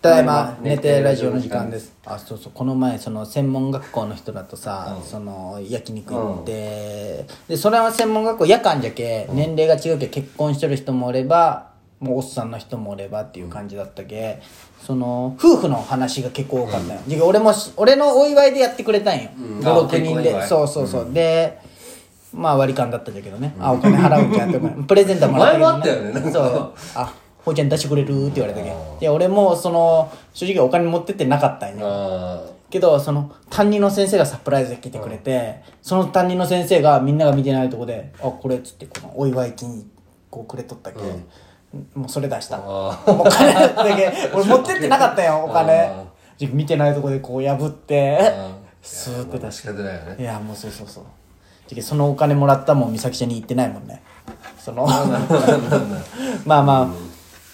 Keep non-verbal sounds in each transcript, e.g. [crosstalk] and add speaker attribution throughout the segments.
Speaker 1: ただいま寝てラジオの時間ですあそうそうこの前その専門学校の人だとさ、その焼肉行って、でそれは専門学校夜間じゃけ、年齢が違うけ結婚してる人もおればもうおっさんの人もおればっていう感じだったけ、その夫婦の話が結構多かったよ、じゃけ俺もし俺のお祝いでやってくれたんよ、
Speaker 2: うんあ
Speaker 1: 56人
Speaker 2: 結婚祝
Speaker 1: で
Speaker 2: い
Speaker 1: そうそうそう、でまあ割り勘だったんだけどね、あお金払うけ
Speaker 2: [laughs]
Speaker 1: んって思うプレゼントはもらったけど
Speaker 2: 前もあったよねなんか
Speaker 1: そうあほうちゃん出してくれるって言われたけんいや俺もその正直お金持ってってなかったんよ
Speaker 2: あ
Speaker 1: けどその担任の先生がサプライズで来てくれてその担任の先生がみんなが見てないとこで「あこれ」っつってこのお祝い金こうくれとったけ、もうそれ出したも [laughs]
Speaker 2: あ
Speaker 1: うお金だけ俺持ってってなかったよお
Speaker 2: あ
Speaker 1: 金じゃ見てないとこでこう破って
Speaker 2: あ
Speaker 1: スーッと出
Speaker 2: あ
Speaker 1: し
Speaker 2: 仕
Speaker 1: た
Speaker 2: 方ないよね
Speaker 1: いやもうそうそうそうじゃけそのお金もらったもん美咲ちゃんに言ってないもんねそ [laughs] のまあまあ、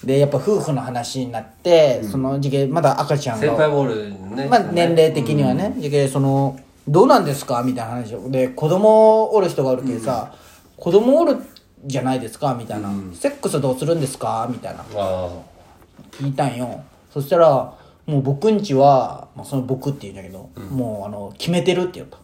Speaker 1: でやっぱ夫婦の話になって、その時期まだ赤ちゃん
Speaker 2: 先輩
Speaker 1: が、
Speaker 2: ボールね
Speaker 1: まあ、年齢的にはね、時期そのどうなんですかみたいな話をで子供おる人がおるけどさ、子供おるじゃないですかみたいな、セックスどうするんですかみたいな
Speaker 2: あ
Speaker 1: 聞いたんよそしたらもう僕んちは、まあ、その僕って言うんだけど、もうあの決めてるって言った
Speaker 2: あ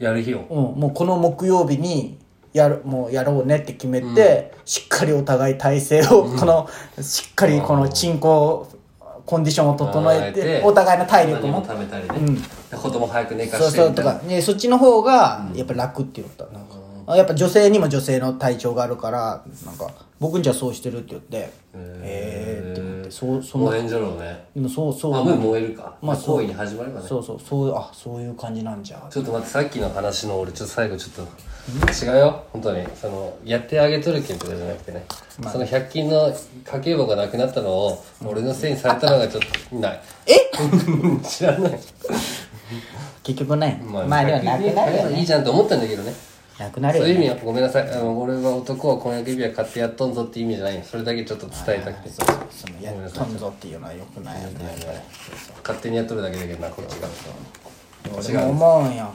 Speaker 2: やる日を
Speaker 1: うん、もうこの木曜日にやるもうやろうねって決めて、しっかりお互い体勢を、このしっかりこの鎮行コンディションを整えてお互いの体力も
Speaker 2: 何食べたりね、
Speaker 1: うん
Speaker 2: で子供早く寝か
Speaker 1: そう
Speaker 2: して
Speaker 1: そう
Speaker 2: み
Speaker 1: と
Speaker 2: たいな
Speaker 1: か、ね、そっちの方がやっぱ楽って言ったなんか、あやっぱ女性にも女性の体調があるからなんか僕んちはそうしてるって言ってええー、って思ってそうその
Speaker 2: 燃えんじゃろうね
Speaker 1: でもそう
Speaker 2: あ
Speaker 1: そう
Speaker 2: もう燃えるか
Speaker 1: まあそう
Speaker 2: 行為に始まればね
Speaker 1: そうそうそうあそういう感じなんじゃ
Speaker 2: ちょっと待ってさっきの話の俺ちょっと最後ちょっと違うよ本当にそのやってあげとるけんとかじゃなくてね、その100均の家計簿がなくなったのを俺のせいにされたのがちょっとないえ [laughs] 知らない
Speaker 1: 結局ね、まあでもなくなるよ
Speaker 2: 100均いい
Speaker 1: ね
Speaker 2: じゃんと思ったんだけどね
Speaker 1: なくなる
Speaker 2: そ
Speaker 1: よ
Speaker 2: ういう意
Speaker 1: ね
Speaker 2: 味はごめんなさいあの俺は男は婚約指輪買ってやっとんぞっていう意味じゃないのそれだけちょっと伝えたくて
Speaker 1: そのやっとんぞっていうのはよくないよねやっぱり
Speaker 2: 勝手にやっとるだけだけどなこっちが
Speaker 1: 俺も思うんよ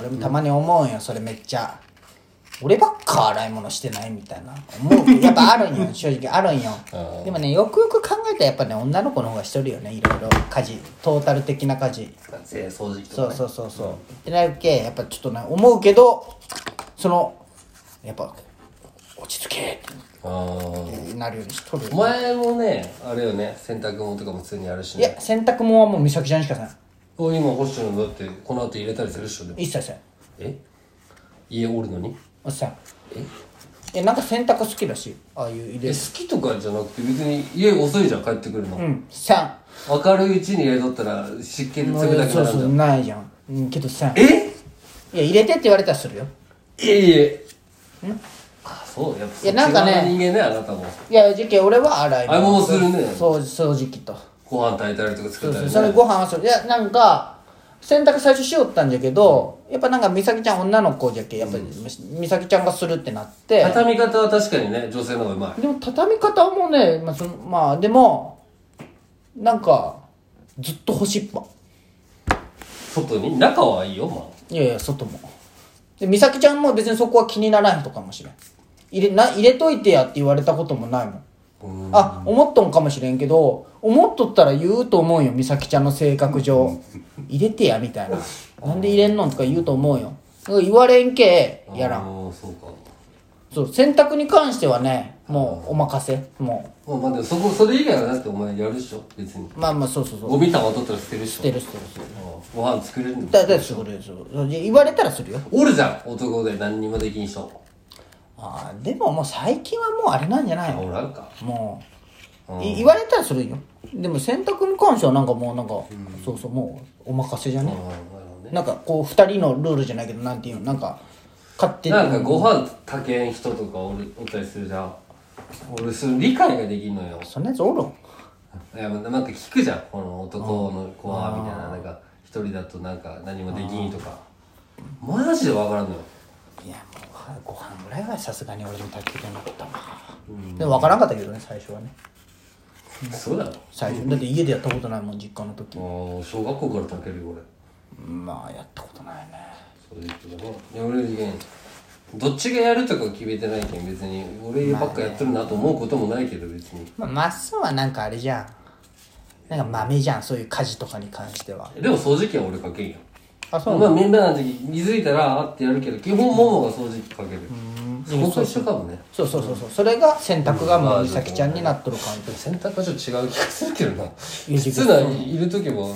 Speaker 1: 俺もたまに思うんよそれめっちゃ俺ばっか洗い物してないみたいな思うけどやっぱあるん [laughs] よ正直あるんよでもねよくよく考えたらやっぱね女の子の方がしてるよねいろいろ家事トータル的な家事
Speaker 2: 清掃除機とか
Speaker 1: そうそうそうそうってなるけやっぱちょっとね思うけどそのやっぱ落ち着け
Speaker 2: あー
Speaker 1: ってなるようにしとる
Speaker 2: お前もねあれよね洗濯物とかも普通にあるし
Speaker 1: い
Speaker 2: ね
Speaker 1: や洗濯物はもう美咲ちゃんしかせん
Speaker 2: お今干してるのだってこの後入れたりするっしょでも
Speaker 1: 一切せん
Speaker 2: え家おるのに
Speaker 1: おっさんえなんか洗濯好きだしああいう入れ
Speaker 2: え好きとかじゃなくて別に家遅いじゃん帰ってくるの、
Speaker 1: うんさ
Speaker 2: 明るいうちに入れとったら湿気で
Speaker 1: ん
Speaker 2: 冷たく
Speaker 1: そう
Speaker 2: なる
Speaker 1: そ
Speaker 2: んだ
Speaker 1: うないじゃん、うん、けどさんい
Speaker 2: え
Speaker 1: や入れてって言われたらするよ
Speaker 2: いえいえあそうやっぱそっ
Speaker 1: いやなんかね
Speaker 2: ち側の人間ねあなたも
Speaker 1: いやじけ俺は洗い
Speaker 2: 洗い物するね
Speaker 1: そう掃除機と
Speaker 2: ご飯炊いたりとか
Speaker 1: そ
Speaker 2: 作っ
Speaker 1: うそ
Speaker 2: たり
Speaker 1: う
Speaker 2: ね
Speaker 1: それご飯はするいやなんか洗濯最初しよったんじゃけど、やっぱなんか美咲ちゃん女の子じゃけやっぱり美咲ちゃんがするってなって、
Speaker 2: 畳み方は確かにね女性の方がうまい
Speaker 1: でも畳み方もねまあそのまあでもなんかずっと干しっぱ
Speaker 2: 外に中はいいよ
Speaker 1: い
Speaker 2: ま
Speaker 1: やいや外もで美咲ちゃんも別にそこは気にならん人かもしれん入れな入れといてやって言われたこともないもんあ思っとんかもしれんけど思っとったら言うと思うよ美咲ちゃんの性格上入れてやみたいななんで入れんのとか言うと思うよだから言われんけ
Speaker 2: あ
Speaker 1: やら
Speaker 2: あ
Speaker 1: ん
Speaker 2: ーそうか
Speaker 1: そう洗濯に関してはねもうお任せも
Speaker 2: まあまあでもそこそれ以外はだってお前やるでしょ別に
Speaker 1: うまあまあそうそうそう
Speaker 2: ゴミ玉取ったら捨てるでし
Speaker 1: 捨
Speaker 2: ょ
Speaker 1: てる捨てる捨てる
Speaker 2: ご飯作れるんだ
Speaker 1: だだってそれそうそう言われたらするよ
Speaker 2: おるじゃん男で何にもできん人
Speaker 1: あーでももう最近はもうあれなんじゃないの
Speaker 2: おらんか
Speaker 1: もう、い言われたらするよでも洗濯に関してはなんかもうなんか、そうそうもうお任せじゃね
Speaker 2: あ、なるほどね
Speaker 1: なんかこう2人のルールじゃないけどなんていうのなんか勝手に
Speaker 2: なんかご飯炊けん人とかおるおったりするじゃん俺それ理解ができんのよ
Speaker 1: そんなやつおるん
Speaker 2: いやなんか聞くじゃんこの男の子はみたいななんか一人だとなんか何もできんとかマジで分からんのよ
Speaker 1: いやもうはご飯ぐらいはさすがに俺も炊き込んなかったな、でも分からんかったけどね最初はね
Speaker 2: そうだろ
Speaker 1: 最初だって家でやったことないもん実家の時
Speaker 2: あー小学校から炊けるよ俺
Speaker 1: まあやったことないね
Speaker 2: そういう人だねいや俺ねどっちがやるとか決めてないけん別に俺ばっかやってるなと思うこともないけど別に
Speaker 1: まあまっすーはなんかあれじゃんなんか豆じゃんそういう家事とかに関しては
Speaker 2: でも掃除機は俺かけんよ
Speaker 1: あそうな
Speaker 2: まあ
Speaker 1: の
Speaker 2: みんなの時気づいたらあってやるけど基本ももが掃除機かける本当一緒かもね
Speaker 1: そうそうそうそうそれが洗濯がもう美咲ちゃんになっとる感
Speaker 2: でも洗濯はちょっと違う気がするけどな
Speaker 1: や
Speaker 2: 普通ないる時も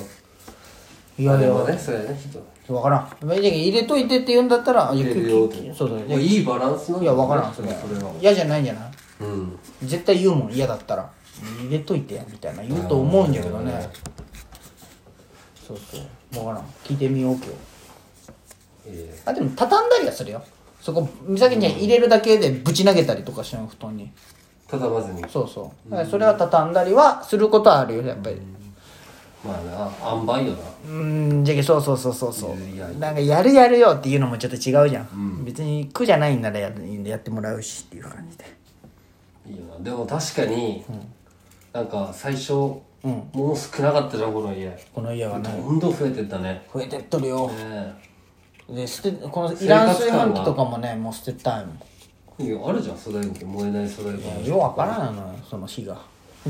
Speaker 1: じいやい
Speaker 2: で
Speaker 1: や
Speaker 2: もねそれねちょっ
Speaker 1: 分からんいや入れといてって言うんだったらいや
Speaker 2: 入れるよって
Speaker 1: そうそう
Speaker 2: ともういいバランスなん
Speaker 1: い
Speaker 2: だ
Speaker 1: や
Speaker 2: よね
Speaker 1: 分からんそれ
Speaker 2: それは
Speaker 1: 嫌じゃないんじゃない
Speaker 2: うん
Speaker 1: 絶対言うもん嫌だったら入れといてやみたいな言うと思うんだけどねそうそう分からん聞いてみよう今日
Speaker 2: え
Speaker 1: あでも畳んだりはするよそこ美咲ちゃん入れるだけでぶち投げたりとかしない布団に
Speaker 2: え畳まずに
Speaker 1: そうそうだからそれは畳んだりはすることはあるよやっぱり
Speaker 2: まあな塩梅よな
Speaker 1: うーんじゃけそうそうそうそうそ
Speaker 2: いや
Speaker 1: うなんかやるやるよっていうのもちょっと違うじゃん、別に苦じゃないんならややってもらうしっていう感じで
Speaker 2: いいよなでも確かに、なんか最初、もう少なかったじゃんこの家
Speaker 1: この家はね
Speaker 2: どんどん増えてったね
Speaker 1: 増えてっとるよ
Speaker 2: ねえ
Speaker 1: で捨てこの
Speaker 2: 活
Speaker 1: イラン炊飯器とかもねもう捨てたいもん
Speaker 2: いやあるじゃん粗大ゴミ燃えない粗大ゴ
Speaker 1: い
Speaker 2: ミ
Speaker 1: やようわからんのよその火が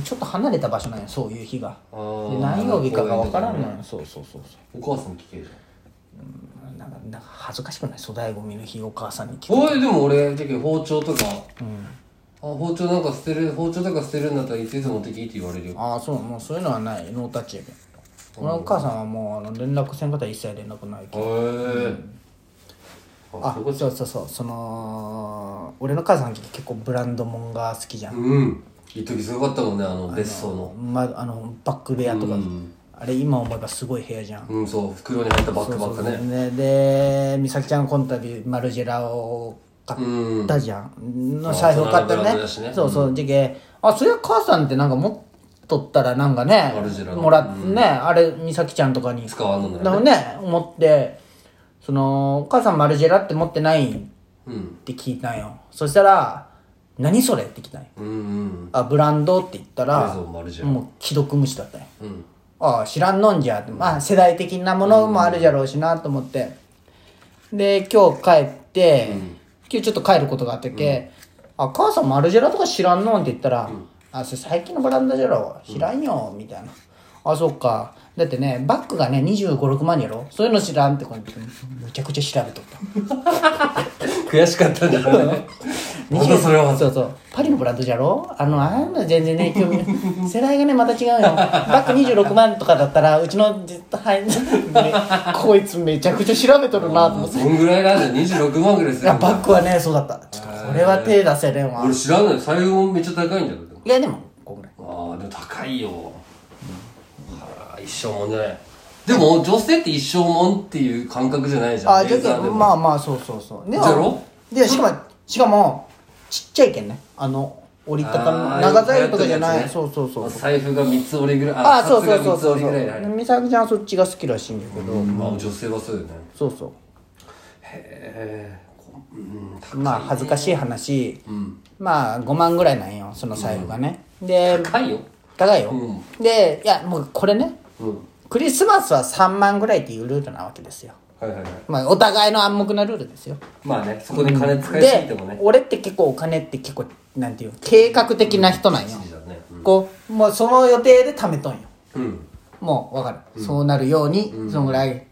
Speaker 1: ちょっと離れた場所なんよそういう火が
Speaker 2: あ
Speaker 1: で
Speaker 2: ー
Speaker 1: 何曜日かがわからんのよそうそうそうそ
Speaker 2: お母さん聞けるじゃん
Speaker 1: うなんかなんか恥ずかしくない粗大ゴミの日お母さんに聞く
Speaker 2: おいでも俺じゃけ包丁とか、あ包丁なんか捨てる包丁とか捨てるんだったらいついつ持ってきいって言われるよ
Speaker 1: ああそうもうそういうのはないノータッチやけど俺のお母さんはもうあの連絡せんかったら一切連絡ないけ
Speaker 2: へえ
Speaker 1: ど
Speaker 2: あ
Speaker 1: あ
Speaker 2: そ
Speaker 1: そう
Speaker 2: こ
Speaker 1: そうそうその俺の母さん結構ブランドもんが好きじゃん、
Speaker 2: うん一時すごかったもんねあの別荘の
Speaker 1: ま、あのバック部屋とか、あれ今思えばすごい部屋じゃん
Speaker 2: うんそう袋に入ったバックバックね
Speaker 1: ね、で美咲ちゃん今度マルジェラを買ったじゃん、の財布を買った
Speaker 2: 大人のブ
Speaker 1: ね
Speaker 2: ランドだしね
Speaker 1: そうそうじゃけあそりゃ母さんってなんか持っとったらなんかね
Speaker 2: マルジェラの
Speaker 1: もらってね、あれ美咲ちゃんとかに
Speaker 2: 使わんのなら
Speaker 1: だからね思ってそのお母さんマルジェラって持ってないっ
Speaker 2: うん
Speaker 1: て聞いたんよそしたら「何それ?」って聞いたんよ
Speaker 2: うんうん
Speaker 1: あブランドって言った
Speaker 2: 冷
Speaker 1: ら
Speaker 2: 蔵庫もあるじゃん
Speaker 1: もう既読無視だったんよ
Speaker 2: うん
Speaker 1: ああ知らんのんじゃって、まあ、世代的なものもあるじゃろうしなと思って、で今日帰って、今日ちょっと帰ることがあってけ、あ母さんマルジェラとか知らんのんって言ったら、あそれ最近のブランドじゃろ知らんよ、みたいなあそっかだってねバッグがね2 5 6万やろそういうの知らんってこうやってむちゃくちゃ調べとった
Speaker 2: 悔しかったんじゃない
Speaker 1: [laughs]
Speaker 2: またそれは
Speaker 1: そうそうパリのブランドじゃろあのあんな全然ね興味世代がね [laughs] また違うよバック26万とかだったらうちの絶対、ね、こいつ [laughs] めちゃくちゃ調べとるなと思って
Speaker 2: そんぐらいなんだよ26万ぐらいす
Speaker 1: い
Speaker 2: る
Speaker 1: や
Speaker 2: んだ
Speaker 1: バックはねそうだったちょっとこれは手出せれんわ
Speaker 2: 俺知らない財布もめっちゃ高いんじゃん
Speaker 1: いやでもこんぐらい
Speaker 2: ああでも高いよ、はあ一生もんじゃないでも女性って一生もんっていう感覚じゃないじゃん
Speaker 1: あじゃ
Speaker 2: レーザ
Speaker 1: け
Speaker 2: ーでも
Speaker 1: まあまあそうそうそうでも
Speaker 2: じゃろ
Speaker 1: でしかもしかもちっちゃいけんねあの折りたた
Speaker 2: あ
Speaker 1: み
Speaker 2: ー
Speaker 1: 長財布とかじゃない、
Speaker 2: やつね
Speaker 1: そうそうそう
Speaker 2: 財布が三つ折りぐらい
Speaker 1: ああそうそうそう
Speaker 2: 札が
Speaker 1: そ
Speaker 2: 三つ折りぐらいに入る
Speaker 1: う美咲ちゃんはそっちが好きらしいんだけど、
Speaker 2: まあ女性はそうよね
Speaker 1: そうそう
Speaker 2: へえこうん高い
Speaker 1: まあ恥ずかしい話、まあ5万ぐらいなんよその財布がね、で
Speaker 2: 高いよ
Speaker 1: 高いよ、でいやもうこれね、クリスマスは3万ぐらいっていうルールなわけですよ
Speaker 2: はいはいはい
Speaker 1: まあお互いの暗黙なルールですよ
Speaker 2: まあねそこで金使いすぎて
Speaker 1: で
Speaker 2: もね
Speaker 1: 俺って結構お金って結構なんていう計画的な人なんよ、
Speaker 2: じゃね
Speaker 1: こうもうその予定で貯めとんよ
Speaker 2: うん
Speaker 1: もう分かる、そうなるように、そのぐらい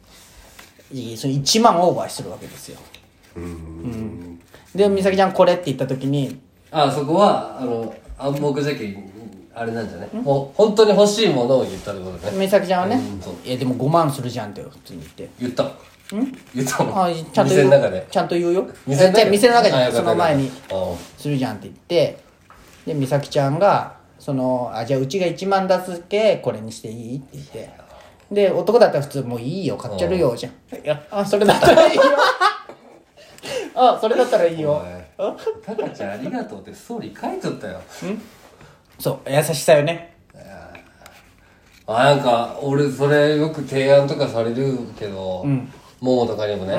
Speaker 1: いいその1万オーバーしてるわけですよ
Speaker 2: うん
Speaker 1: で美咲ちゃんこれって言った時に
Speaker 2: ああそこはあの暗黙じゃけんあれなんじゃねもう本当に欲しいものを言ったってことね
Speaker 1: 美咲ちゃんはね
Speaker 2: そう
Speaker 1: 「いやでも5万するじゃん」って普通に言って
Speaker 2: 言ったん言った
Speaker 1: 「
Speaker 2: もん
Speaker 1: あちゃんと
Speaker 2: 店
Speaker 1: 言
Speaker 2: の
Speaker 1: う
Speaker 2: 中で
Speaker 1: ちゃんと言うよ」え
Speaker 2: 店
Speaker 1: じゃ
Speaker 2: の中で
Speaker 1: あ店の中じゃ
Speaker 2: あ
Speaker 1: ない
Speaker 2: よか
Speaker 1: そ
Speaker 2: った
Speaker 1: の前に
Speaker 2: あ
Speaker 1: 「
Speaker 2: あ
Speaker 1: するじゃん」って言ってで美咲ちゃんが「そのあじゃあうちが1万出すけこれにしていい?」って言ってで男だったら普通「もういいよ買っちゃるよ」じゃん「いやあそれだった
Speaker 2: [laughs]
Speaker 1: らいいよ」あそれだったらいいよ
Speaker 2: おいタカちゃんありがとうってストーリー書いとったよ
Speaker 1: そう優しさよね
Speaker 2: あなんか俺それよく提案とかされるけど、モモとかにもね、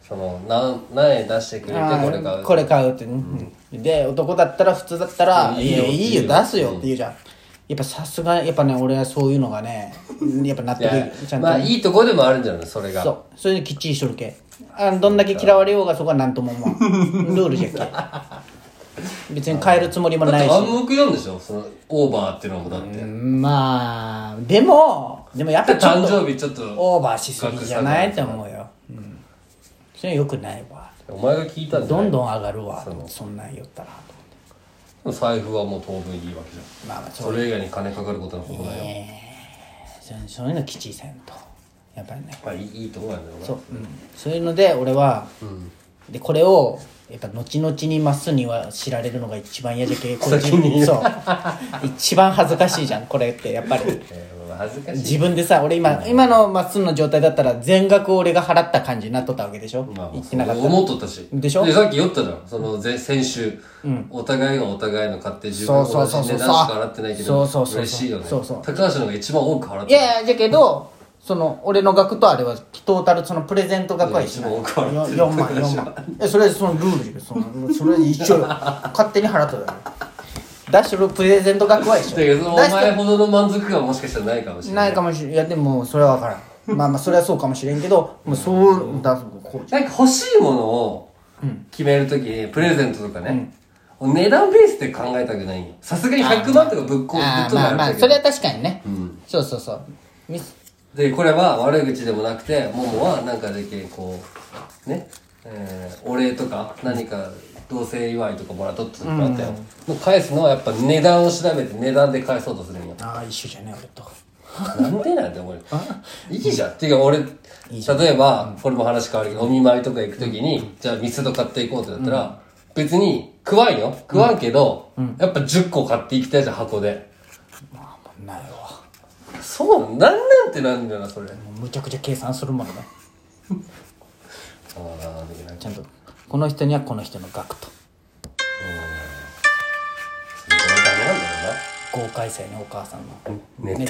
Speaker 2: その何何円出してくれて
Speaker 1: あー
Speaker 2: これ買う
Speaker 1: これ買うってね、で男だったら普通だったら「
Speaker 2: うん
Speaker 1: いいよ
Speaker 2: い
Speaker 1: い
Speaker 2: い
Speaker 1: い
Speaker 2: よ
Speaker 1: よ出すよ」って言うじゃん、やっぱさすがやっぱね俺はそういうのがね [laughs] やっぱ納得
Speaker 2: いや
Speaker 1: ちゃんと、
Speaker 2: まあいいとこでもあるんじゃないそれが
Speaker 1: そうそれできっちりしとるけあどんだけ嫌われようがそこは何とも思
Speaker 2: [laughs]
Speaker 1: うルールじゃけ別に変えるつもりも
Speaker 2: だっ
Speaker 1: ない
Speaker 2: て
Speaker 1: し
Speaker 2: 暗黙読んでしょそのオーバーっていうのもだって、
Speaker 1: まあうんでもでもやっぱちょ
Speaker 2: 誕
Speaker 1: っと
Speaker 2: 生日ちょっと
Speaker 1: オーバーしすぎじゃないって思うよ、うん、それよくないわ
Speaker 2: お前が聞いたんじゃ
Speaker 1: ど
Speaker 2: ない
Speaker 1: んどん上がるわ
Speaker 2: そう
Speaker 1: そんなん言ったらと思って
Speaker 2: 財布はもう当分いいわけじゃん
Speaker 1: まあまあそ
Speaker 2: そうれ以外に金かかることのことだよ、
Speaker 1: そうそういうのきちいせんとやっぱりね
Speaker 2: まあいいいいとこなんだよな
Speaker 1: そう,、うん、そういうので俺は、でこれをやっぱ後々にまっすーには知られるのが一番嫌じゃけこれ
Speaker 2: 先に
Speaker 1: そう一番恥ずかしいじゃんこれってやっぱ
Speaker 2: [laughs]
Speaker 1: り
Speaker 2: えーまあ恥ずかしい
Speaker 1: 自分でさ俺今今のまっすーの状態だったら全額俺が払った感じになっとったわけでしょ、
Speaker 2: まあ
Speaker 1: 言ってなかったら
Speaker 2: 思っとったし
Speaker 1: でしょ
Speaker 2: さっき言ったじゃんその前先週、お互いがお互いの買って自分
Speaker 1: そう
Speaker 2: が
Speaker 1: そうそう
Speaker 2: 同じ
Speaker 1: そう
Speaker 2: 値段しか払ってないけど
Speaker 1: そうそうそうそう
Speaker 2: 嬉しいよね
Speaker 1: そうそう
Speaker 2: 高橋のが一番多く払っ
Speaker 1: い
Speaker 2: てる
Speaker 1: やいやじゃけどその俺の額とあれはトータルそのプレゼント額は一緒な
Speaker 2: うん
Speaker 1: の
Speaker 2: 一番多く払ってる
Speaker 1: 4万4万えそれそのルールよそのそれ一緒よ勝手に払っとるよ出してるプレゼント額は一緒
Speaker 2: だけどそのお
Speaker 1: 出して
Speaker 2: 前ほどの満足感はもしかしたらないかもしれな
Speaker 1: ないいかもしれんいやでもそれは分からんまあまあそれはそうかもしれんけどもうそうだこう
Speaker 2: なんか欲しいものを決めるときにプレゼントとかね、値段ベースで考えたくないんよさすがに100万とかぶっこぶっ
Speaker 1: ああ
Speaker 2: 飛ん
Speaker 1: まあま
Speaker 2: だ
Speaker 1: あ
Speaker 2: けど
Speaker 1: それは確かにね、そうそうそうミス
Speaker 2: でこれは悪口でもなくてももはなんかでけこうね、えーお礼とか何か同棲祝いとかもらっとった時もあったよ、もう返すのはやっぱ値段を調べて値段で返そうとするんよ
Speaker 1: ああ一緒じゃねえ俺と
Speaker 2: なんでなんて思うよいいじゃんっていうか俺例えば、これも話変わるけどお見舞いとか行く時に、じゃあミスド買っていこうってなったら、別に食わんよ食わんけど、やっぱ10個買っていきたいじゃん箱で
Speaker 1: ないわ
Speaker 2: そうなんなんてなんだよなそれ
Speaker 1: もうむちゃくちゃ計算するものね
Speaker 2: あーなんか
Speaker 1: ちゃんとこの人にはこの人の額と
Speaker 2: それダメなんだよな
Speaker 1: 豪快さやねお母さんの
Speaker 2: ネタ